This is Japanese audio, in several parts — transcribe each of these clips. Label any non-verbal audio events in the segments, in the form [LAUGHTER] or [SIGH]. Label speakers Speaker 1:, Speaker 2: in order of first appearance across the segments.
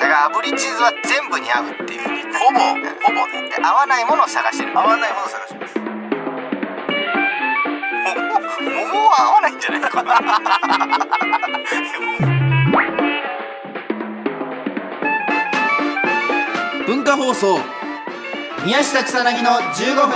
Speaker 1: だから炙りチーズは全部に合うっていうふうに言った
Speaker 2: ほぼほぼね
Speaker 1: で合わないものを探してる
Speaker 2: 合わないもの探します
Speaker 1: 桃桃は合わないんじゃないかな
Speaker 3: 文化放送
Speaker 1: 宮下草薙の15分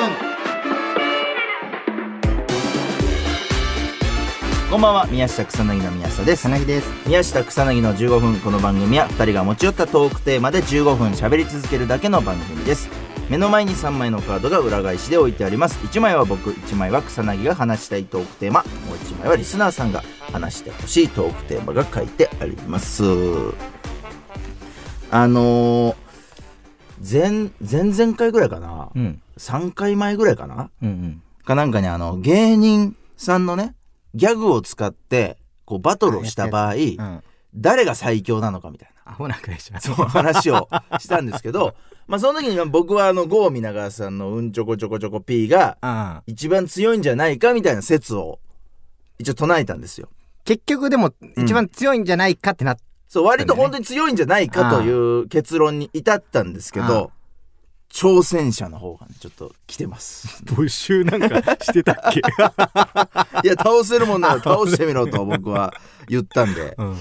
Speaker 3: こんばんは宮下草薙の宮下です
Speaker 1: 草薙です
Speaker 3: 宮下草薙の15分この番組は2人が持ち寄ったトークテーマで15分喋り続けるだけの番組です目の前に3枚のカードが裏返しで置いてあります1枚は僕1枚は草薙が話したいトークテーマもう1枚はリスナーさんが話してほしいトークテーマが書いてありますあのー、前前々回ぐらいかな、
Speaker 1: ん
Speaker 3: 3回前ぐらいかな
Speaker 1: うんうん
Speaker 3: かなんかにあの芸人さんのねギャグを使ってこうバトルをした場合、
Speaker 1: ん
Speaker 3: 誰が最強なのかみたい
Speaker 1: アホな会社
Speaker 3: なそう話をしたんですけ [LAUGHS] どまあその時に僕はあの郷皆川さんのうんちょこちょこちょこ P が
Speaker 1: ああ
Speaker 3: 一番強いんじゃないかみたいな説を一応唱えたんですよ。
Speaker 1: 結局でも
Speaker 3: うん
Speaker 1: 一番強いんじゃないかってなっ
Speaker 3: そう割と本当に強いんじゃないかという結論に至ったんですけど挑戦者の方がねちょっと来て [LAUGHS] ます。
Speaker 4: 募集なんかしてたっけ、
Speaker 3: いや倒せるもんなら倒してみろと僕は言ったんで。
Speaker 4: うん、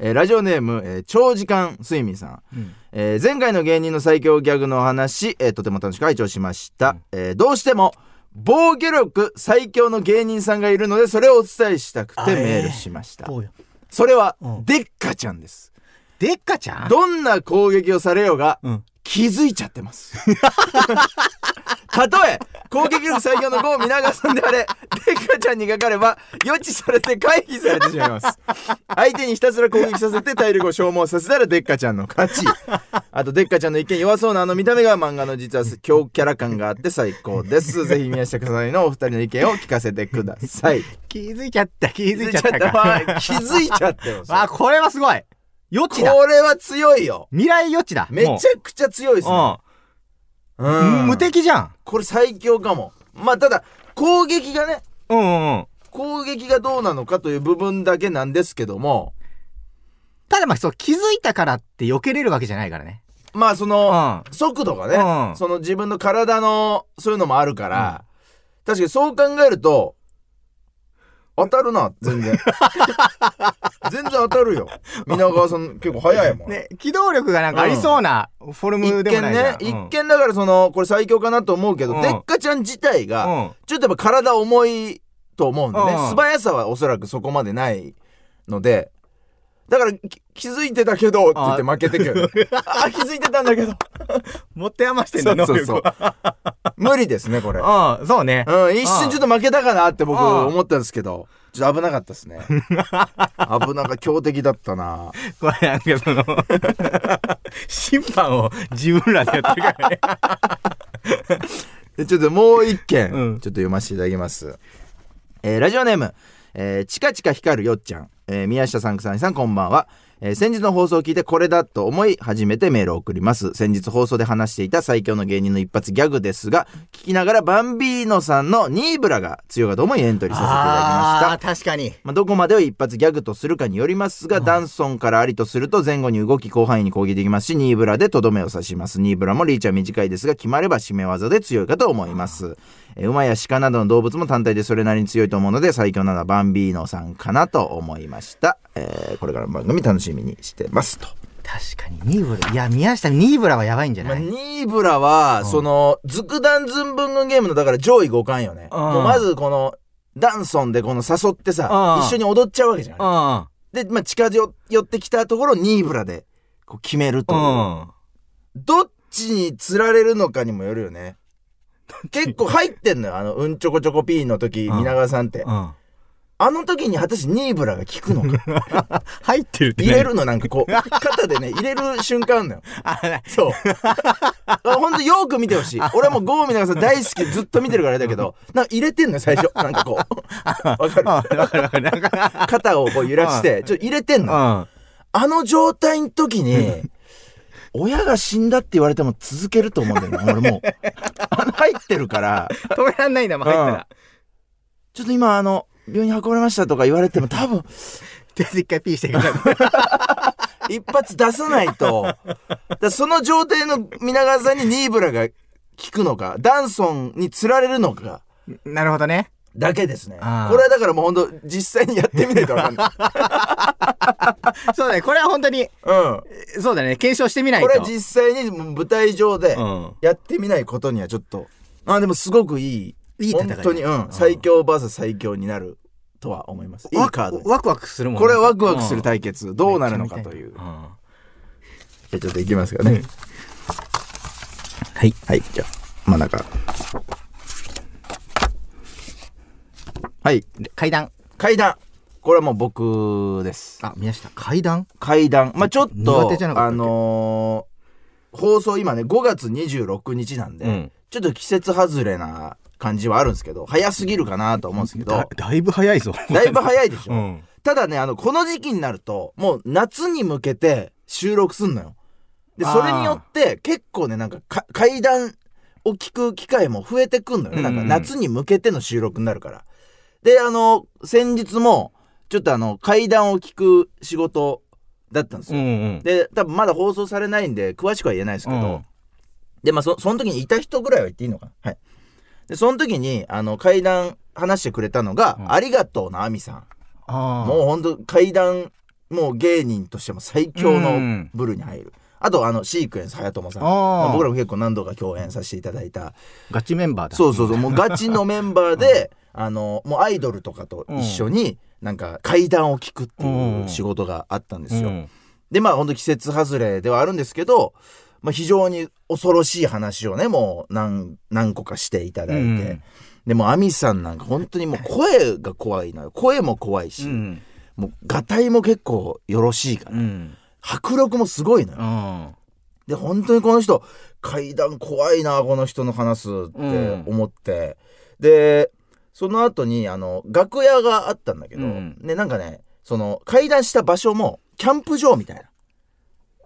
Speaker 3: えーラジオネーム、えー長時間睡眠さん、
Speaker 1: ん
Speaker 3: えー前回の芸人の最強ギャグのお話、えーとても楽しく拝聴しました、えーどうしても防御力最強の芸人さんがいるのでそれをお伝えしたくてメールしました、
Speaker 1: うよ
Speaker 3: それは、
Speaker 4: うん
Speaker 3: でっかちゃんです
Speaker 1: でっかちゃん
Speaker 3: どんな攻撃をされようが、
Speaker 4: うん
Speaker 3: 気づいちゃってます。たとえ攻撃力最強の郷皆川さんであれデッカちゃんにかかれば予知されて回避されてしまいます相手にひたすら攻撃させて体力を消耗させたらデッカちゃんの勝ちあとデッカちゃんの一見弱そうなあの見た目が漫画の実は強キャラ感があって最高ですぜひ宮下草薙のお二人の意見を聞かせてください
Speaker 1: 気づいちゃった気
Speaker 3: 気
Speaker 1: づいちゃったか
Speaker 3: 気づいちゃって
Speaker 1: [LAUGHS]
Speaker 3: ます
Speaker 1: あこれはすごい予知だ
Speaker 3: これは強いよ
Speaker 1: 未来予知だ
Speaker 3: めちゃくちゃ強いですねう
Speaker 1: うん
Speaker 3: ん
Speaker 1: 無敵じゃん
Speaker 3: これ最強かもまあただ攻撃がね
Speaker 4: うんうんうん
Speaker 3: 攻撃がどうなのかという部分だけなんですけども
Speaker 1: ただまあそう気づいたからって避けれるわけじゃないからね
Speaker 3: まあその
Speaker 4: あ
Speaker 3: 速度が
Speaker 4: う
Speaker 3: ね
Speaker 4: ん
Speaker 3: その自分の体のそういうのもあるから確かにそう考えると当たるな全然 [LAUGHS] 全然当たるよ皆川さん結構早いもん、
Speaker 1: ね機動力がなんかありそうなフォル
Speaker 3: 一見
Speaker 1: ムでもないじゃん
Speaker 3: ね、
Speaker 4: うん
Speaker 3: 一見だからそのこれ最強かなと思うけど、
Speaker 4: うん
Speaker 3: でっかちゃん自体が、
Speaker 4: うん
Speaker 3: ちょっとやっぱ体重いと思うんでね、
Speaker 4: うん
Speaker 3: 素早さはおそらくそこまでないので、だからき気づいてたけどって言って負けてくる。 [LAUGHS] ああ、気づいてたんだけど。
Speaker 4: 持って余してん
Speaker 3: そ
Speaker 4: だ
Speaker 3: う
Speaker 4: 能
Speaker 3: そう
Speaker 4: 力
Speaker 3: そう
Speaker 4: を。
Speaker 3: 無理ですね、これ。う
Speaker 4: うんそうね
Speaker 3: ん、一瞬ちょっと負けたかなって僕
Speaker 4: うん
Speaker 3: 思ったんですけど、ちょっと危なかった [LAUGHS] ですね。危なか強敵だったな。
Speaker 4: これなんかその審判を自分らでやってるからね
Speaker 3: でちょっともう一件、
Speaker 4: う
Speaker 3: ち
Speaker 4: ん
Speaker 3: ょっと読ませていただきます。えーラジオネーム、えーチカチカ光るよっちゃん、えー宮下さん、草薙さん、こんばんは。えー先日の放送を聞いてこれだと思い初めてメールを送ります先日放送で話していた最強の芸人の一発ギャグですが聞きながらバンビーノさんのニーブラが強いかと思いエントリーさせていただきました
Speaker 1: あー確かに
Speaker 3: まあ、どこまでを一発ギャグとするかによりますが、ダンソンからありとすると前後に動き広範囲に攻撃できますしニーブラでとどめを刺しますニーブラもリーチは短いですが決まれば締め技で強いかと思います、えー馬や鹿などの動物も単体でそれなりに強いと思うので最強なのはバンビーノさんかなと思いました、えーこれからの番組楽しみにしてますと、
Speaker 1: 確かにニーブラいや宮下ニーブラはやばいんじゃ
Speaker 3: まあ、
Speaker 1: ない、
Speaker 3: ニーブラは、その「ずくだんずんぶんぐんゲーム」のだから上位5巻よね、
Speaker 4: うん
Speaker 3: もうまずこのダンソンでこの誘ってさ、
Speaker 4: うん
Speaker 3: 一緒に踊っちゃうわけじゃん
Speaker 4: うん
Speaker 3: で、まあ、近寄寄ってきたところをニーブラでこう決めるという、
Speaker 4: うん
Speaker 3: どっちに釣られるのかにもよるよね結構入ってんのよあのうんちょこちょこピーの時
Speaker 4: うん
Speaker 3: 皆川さんって、
Speaker 4: うん
Speaker 3: あの時に果たしてニーブラが効くのか
Speaker 4: [LAUGHS] 入ってるって
Speaker 3: 入れるのなんか
Speaker 4: [LAUGHS]
Speaker 3: こう肩でね入れる瞬間あんのよ [LAUGHS] そうほんとよく見てほしい俺もゴーミナガさん大好きでずっと見てるからあれだけどなんか入れてんのよ最初なんかこ
Speaker 4: [LAUGHS]
Speaker 3: うわかる
Speaker 4: 何だからなんか
Speaker 3: 肩をこう揺らしてちょっと入れてんのよ
Speaker 4: うん
Speaker 3: あの状態の時に、親が死んだって言われても続けると思うんだよね、俺もう。あの入ってるから、
Speaker 1: 止めらんないんだもん入ったら、
Speaker 3: ちょっと今あの、病院に運ばれましたとか言われても多分、
Speaker 1: とりあえず一回ピーしてくれ
Speaker 3: 一発出さないと。だからその状態の皆川さんにニーブラが効くのか、ダンソンに釣られるのか。
Speaker 1: なるほどね。
Speaker 3: だけですね。こ
Speaker 1: あー
Speaker 3: れはだからもう本当実際にやってみないとわかんない。
Speaker 1: そうだね。これは本当に、 [LAUGHS]
Speaker 3: うん。
Speaker 1: そうだね。検証してみない。
Speaker 3: ことれは実際にもう舞台上で
Speaker 4: うん
Speaker 3: やってみないことにはちょっと、あでもすごくいい
Speaker 1: いい戦い
Speaker 3: 本当に、うん、最強 VS 最強になるとは思いますいい
Speaker 1: わ
Speaker 3: カードです
Speaker 1: ワクワクするもんね
Speaker 3: これはワクワクする対決どうなるのかという
Speaker 4: うんうん
Speaker 3: じゃあちょっといきますかね
Speaker 4: はい
Speaker 3: はいじゃあ真ん中はい
Speaker 1: 階段。
Speaker 3: 階段これはもう僕です
Speaker 1: あ、宮下、階段
Speaker 3: 階段まあちょっ
Speaker 1: 苦
Speaker 3: と
Speaker 1: 手じゃなかったっ
Speaker 3: あ
Speaker 1: け
Speaker 3: のー放送今ね5月26日なんで、
Speaker 4: うん
Speaker 3: ちょっと季節外れな感じはあるんですけど早すぎるかなと思うんですけど
Speaker 4: だだいぶ早いぞ
Speaker 3: だいぶ早いでしょ、
Speaker 4: うん
Speaker 3: ただねあのこの時期になるともう夏に向けて収録すんのよで
Speaker 1: あー
Speaker 3: それによって結構ねなんかか階段を聞く機会も増えてくんのよね、
Speaker 4: うんうん
Speaker 3: なんか夏に向けての収録になるからであの先日もちょっとあの階段を聞く仕事だったんですよ
Speaker 4: うんうん
Speaker 3: で多分まだ放送されないんで詳しくは言えないですけど、
Speaker 4: うん
Speaker 3: でまあそその時にいた人ぐらいは言っていいのかなはいでその時にあの階段話してくれたのが、
Speaker 4: うん
Speaker 3: ありがとうなあみさん
Speaker 1: あ
Speaker 3: もうほんと階段もう芸人としても最強の部類に入る、あとあのシークエンス早友さん
Speaker 1: あー
Speaker 3: まあ僕らも結構何度か共演させていただいた
Speaker 1: ガチメンバーだ。
Speaker 3: そうそうそうもうガチのメンバーで、あの [LAUGHS] もうアイドルとかと一緒になんか階段を聞くっていう仕事があったんですよ、
Speaker 4: うん
Speaker 3: でまあ本当季節外れではあるんですけど、まあ、非常に恐ろしい話をねもう何何個かしていただいて、
Speaker 4: うん
Speaker 3: でもうアミさんなんか本当にもう声が怖いのよ声も怖いし、
Speaker 4: うん
Speaker 3: もうガタイも結構よろしいから、
Speaker 4: うん
Speaker 3: 迫力もすごいのよ、
Speaker 4: うん
Speaker 3: で本当にこの人階段怖いなこの人の話すって思って、でその後にあの楽屋があったんだけど、
Speaker 4: うん
Speaker 3: でなんかねその階段した場所もキャンプ場みたいな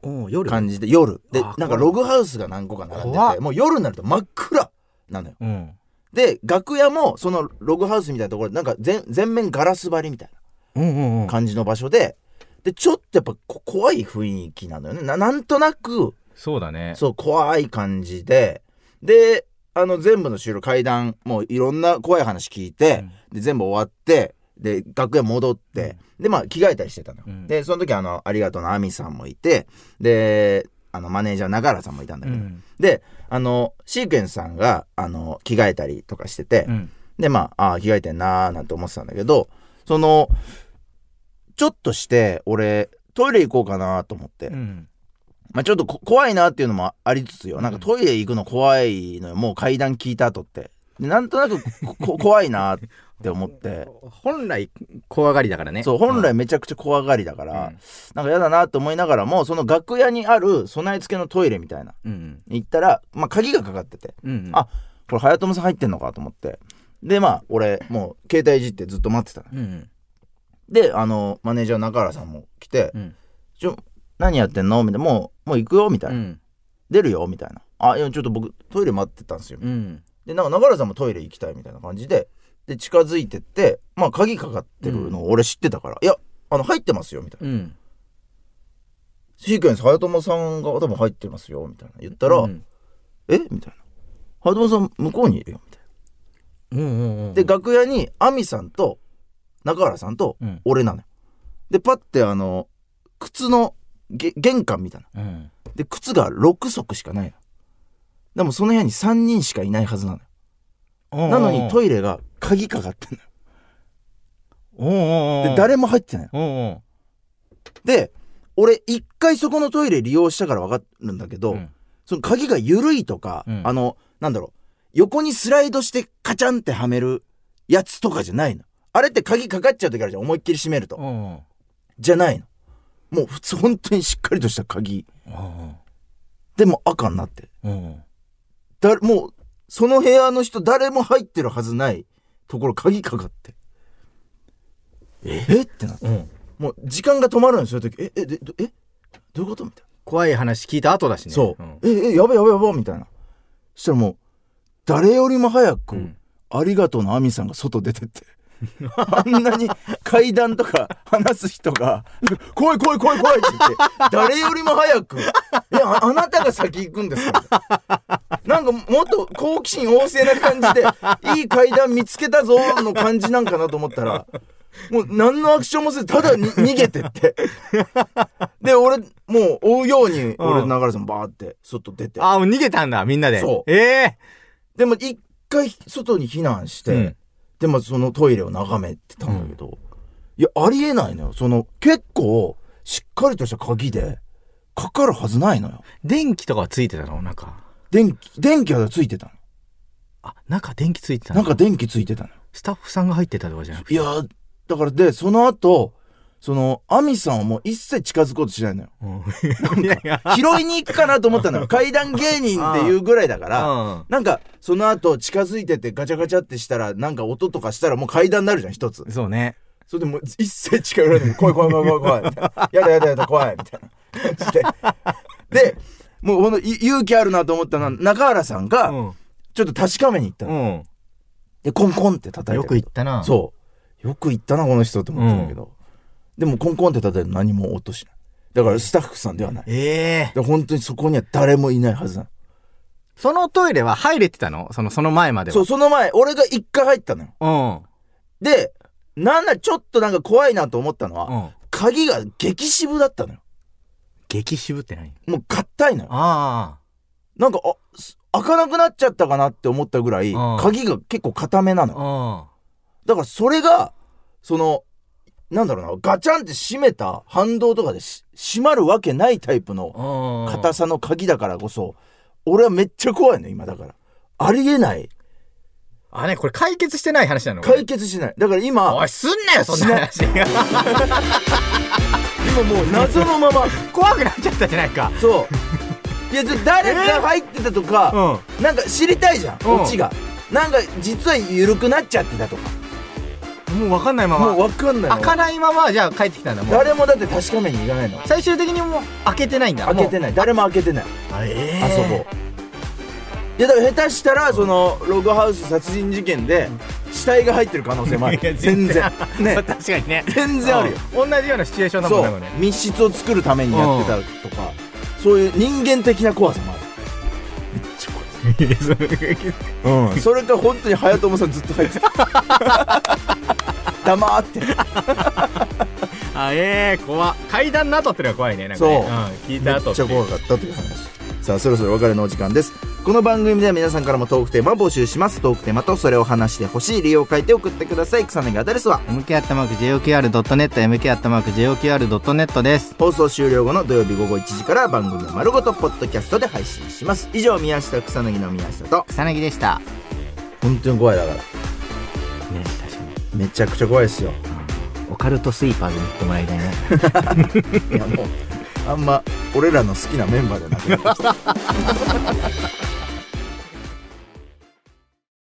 Speaker 1: おう夜。
Speaker 3: 感じで夜で
Speaker 4: あー
Speaker 3: なんかログハウスが何個か並んで
Speaker 1: 怖って
Speaker 3: もう夜になると真っ暗なのよ
Speaker 4: うん
Speaker 3: で楽屋もそのログハウスみたいなところでなんか全全面ガラス張りみたい
Speaker 4: うんうんう
Speaker 3: なん感じの場所ででちょっとやっぱこ怖い雰囲気なのよねななんとなく
Speaker 4: そうだね
Speaker 3: そう怖い感じでであの全部の収録階段もういろんな怖い話聞いて、で全部終わってで楽屋戻って、でまあ着替えたりしてたのよ、
Speaker 4: うん
Speaker 3: でその時あの「ありがとう」のアミさんもいてであのマネージャーの永原さんもいたんだ
Speaker 4: う
Speaker 3: けど、
Speaker 4: ん
Speaker 3: であのシークエンスさんがあの着替えたりとかしてて、
Speaker 4: うん
Speaker 3: でまああー着替えてんなーなんて思ってたんだけどそのちょっとして俺トイレ行こうかなと思って、
Speaker 4: うん
Speaker 3: まあ、ちょっとこ怖いなっていうのもありつつよなんか
Speaker 4: うん
Speaker 3: トイレ行くの怖いのよもう階段聞いた後ってでなんとなくここ怖いなって思って
Speaker 4: [LAUGHS]
Speaker 1: 本来、怖がりだからね。
Speaker 3: そう本来めちゃくちゃ怖がりだから、
Speaker 4: うん
Speaker 3: なんか嫌だなと思いながらもその楽屋にある備え付けのトイレみたいな
Speaker 4: うん
Speaker 3: 行ったら、まあ、鍵がかかってて
Speaker 4: うんうん
Speaker 3: あこれ早友さん入ってんのかと思ってでまあ俺もう携帯いじってずっと待ってたの
Speaker 4: うん
Speaker 3: であのマネージャーの中原さんも来て
Speaker 4: うん
Speaker 3: 「ちょ何やってんの?」みたいな「もうもう行くよ」みたいうな。
Speaker 4: ん
Speaker 3: 出るよみたいな「あいやちょっと僕トイレ待ってたんですよ
Speaker 4: うん」
Speaker 3: でなんか永原さんもトイレ行きたいみたいな感じでで近づいてってまあ鍵かかってるのを俺知ってたから「いやあの入ってますよ」みたいな
Speaker 4: うん
Speaker 3: 「シークエンス早友さんが多分入ってますよ」みたいな言ったら「
Speaker 4: うん
Speaker 3: えみたいな「早友さん向こうにいるよ」みたい
Speaker 4: うんうんうん
Speaker 3: なで楽屋に亜美さんと中原さんと
Speaker 4: うん
Speaker 3: 俺なのよでパッてあの靴のげ玄関みたいな
Speaker 4: うん
Speaker 3: で靴が6足しかないのでもその部屋に3人しかいないはずなのよなのにトイレが鍵かかってんのよ。で、誰も入ってないの。
Speaker 4: うんうん
Speaker 3: で、俺、一回そこのトイレ利用したから分かるんだけど、
Speaker 4: うん
Speaker 3: その鍵が緩いとか、
Speaker 4: うん
Speaker 3: あの、なんだろう、横にスライドしてカチャンってはめるやつとかじゃないの。あれって鍵かかっちゃう時あるじゃん、思いっきり閉めると。
Speaker 4: うんうん
Speaker 3: じゃないの。もう普通、本当にしっかりとした鍵。
Speaker 4: うん
Speaker 3: でも赤になって。
Speaker 4: うん
Speaker 3: だもう、その部屋の人誰も入ってるはずないところ鍵かかって。ええってなって。
Speaker 4: うん
Speaker 3: もう時間が止まるんですよ、そういう時。え、え、でどえどういうことみたい
Speaker 1: 怖い話聞いた後だし
Speaker 3: な。
Speaker 1: ね。
Speaker 3: そう。
Speaker 4: ん
Speaker 3: え、え、やばいやばいやばいみたいな。そしたらもう、誰よりも早く、
Speaker 4: うん
Speaker 3: ありがとうのアミさんが外出てって。あんなに階段とか話す人が「怖い怖い怖い怖い」って言って誰よりも早く「いやああなたが先行くんですか?」なんかもっと好奇心旺盛な感じで「いい階段見つけたぞ」の感じなんかなと思ったらもう何のアクションもせずただに逃げてってで俺もう追うように俺
Speaker 4: うん
Speaker 3: 流れさんバーって外出て
Speaker 4: ああ、もう逃げたんだ、みんなで。
Speaker 3: そう
Speaker 4: え
Speaker 3: でも一回外に避難し
Speaker 4: え
Speaker 3: て、でまあそのトイレを眺めてたんだけど、いやありえないのよその結構しっかりとした鍵でかかるはずないのよ
Speaker 4: 電気とかはついてたのなんか。
Speaker 3: 電気電気はついてたの
Speaker 4: あ、なんか電気ついてた
Speaker 3: な
Speaker 4: の
Speaker 3: んか電気ついてたのよ
Speaker 4: スタッフさんが入ってたとかじゃなくて。
Speaker 3: いやーだからでその後そのアミさんはもう一切近づこうとし
Speaker 4: [LAUGHS]
Speaker 3: ないのよ
Speaker 4: いやいや
Speaker 3: 拾いに行くかなと思ったのよ階段芸人っていうぐらいだから
Speaker 4: うん
Speaker 3: なんかその後近づいててガチャガチャってしたらなんか音とかしたらもう階段になるじゃん一つ
Speaker 4: そうね。
Speaker 3: それでもう一切近寄らないで怖い怖い怖い怖い怖いやだやだやだ怖いみたいな感じででもうほんとい勇気あるなと思ったのは中原さん
Speaker 4: う
Speaker 3: が
Speaker 4: ん。
Speaker 3: ちょっと確かめに行ったの、
Speaker 4: うん。
Speaker 3: でコンコンって叩いて
Speaker 4: よく言ったな。
Speaker 3: そうよく行ったなこの人って思ったんだけど、でもコンコンって叩いて何も音しないだからスタッフさんではない
Speaker 4: ええ
Speaker 3: で本当にそこには誰もいないはずなの
Speaker 4: そのトイレは入れてたのその、その前までは。
Speaker 3: そうその前俺が一回入ったのよ
Speaker 4: うん。
Speaker 3: でなんだちょっとなんか怖いなと思ったのは、
Speaker 4: うん。
Speaker 3: 鍵が激渋だったのよ
Speaker 4: 激渋って何
Speaker 3: もう硬いのよ
Speaker 4: あ
Speaker 3: なんか、あ、す開かなくなっちゃったかなって思ったぐらい
Speaker 4: うん、
Speaker 3: 鍵が結構固めな
Speaker 4: あ。
Speaker 3: の。
Speaker 4: うん。
Speaker 3: だからそれが、その、なんだろうな、ガチャンって閉めた反動とかでし閉まるわけないタイプの
Speaker 4: うん。
Speaker 3: 硬さの鍵だからこそ、俺はめっちゃ怖いの、今だから。ありえない。
Speaker 4: あれ、これ解決してない話なの
Speaker 3: 解決しない。だから今、
Speaker 4: おい、すんなよ、そんな話。
Speaker 3: 今もう
Speaker 4: [LAUGHS]
Speaker 3: 謎のまま、
Speaker 4: 怖くなっちゃったじゃないか。
Speaker 3: そう。いや、ちょ誰が入ってたとか、
Speaker 4: うん。
Speaker 3: なんか知りたいじゃん、
Speaker 4: うん
Speaker 3: オチが。なんか実は緩くなっちゃってたとか。
Speaker 4: もうわかんないま
Speaker 3: もう
Speaker 4: ま。
Speaker 3: わかんないの
Speaker 4: 開かないまま、じゃあ帰ってきたんだ、もう。
Speaker 3: 誰もだって確かめに行かないの
Speaker 4: 最終的にもう開けてないんだ。
Speaker 3: 開けて
Speaker 4: も。
Speaker 3: ない誰も開けてないう
Speaker 4: あええ
Speaker 3: あそこいやだから下手したらそのログハウス殺人事件で死体が入ってる可能性もある
Speaker 4: いや
Speaker 3: 全
Speaker 4: 全
Speaker 3: 然
Speaker 4: 然
Speaker 3: ね
Speaker 4: まあ [LAUGHS] 確かにね。
Speaker 3: 全然あるよ
Speaker 4: うん。同じようなシチュエーションだもん
Speaker 3: そ
Speaker 4: ね、こ
Speaker 3: う
Speaker 4: れね。 [LAUGHS]
Speaker 3: 密室を作るためにやってたとかそういう人間的な怖さもあるめっちゃ怖い、うん、それか本当に早友さんずっと入って
Speaker 4: [LAUGHS]
Speaker 3: た黙って
Speaker 4: あええ怖っ階段の後ってのは怖いねなんかね
Speaker 3: そう
Speaker 4: うん、聞い
Speaker 3: め
Speaker 4: た
Speaker 3: っ
Speaker 4: 後
Speaker 3: ちゃ
Speaker 4: ていう
Speaker 3: 怖かったという話さあそろそろお別れのお時間ですこの番組では皆さんからもトークテーマを募集しますトークテーマとそれを話してほしい理由を書いて送ってください草薙アドレスは
Speaker 5: mk.jokr.net mk.jokr.net です
Speaker 3: 放送終了後の土曜日午後1時から番組を丸ごとポッドキャストで配信します以上宮下草薙の宮下と
Speaker 5: 草薙でした
Speaker 3: 本当に怖いだから
Speaker 4: ね確かに
Speaker 3: めちゃくちゃ怖いです
Speaker 4: [LAUGHS]
Speaker 3: よ
Speaker 4: オカルトスイーパーズに行ってもらいたいね
Speaker 3: いやもうあんま俺らの好きなメンバーじゃなくなってきた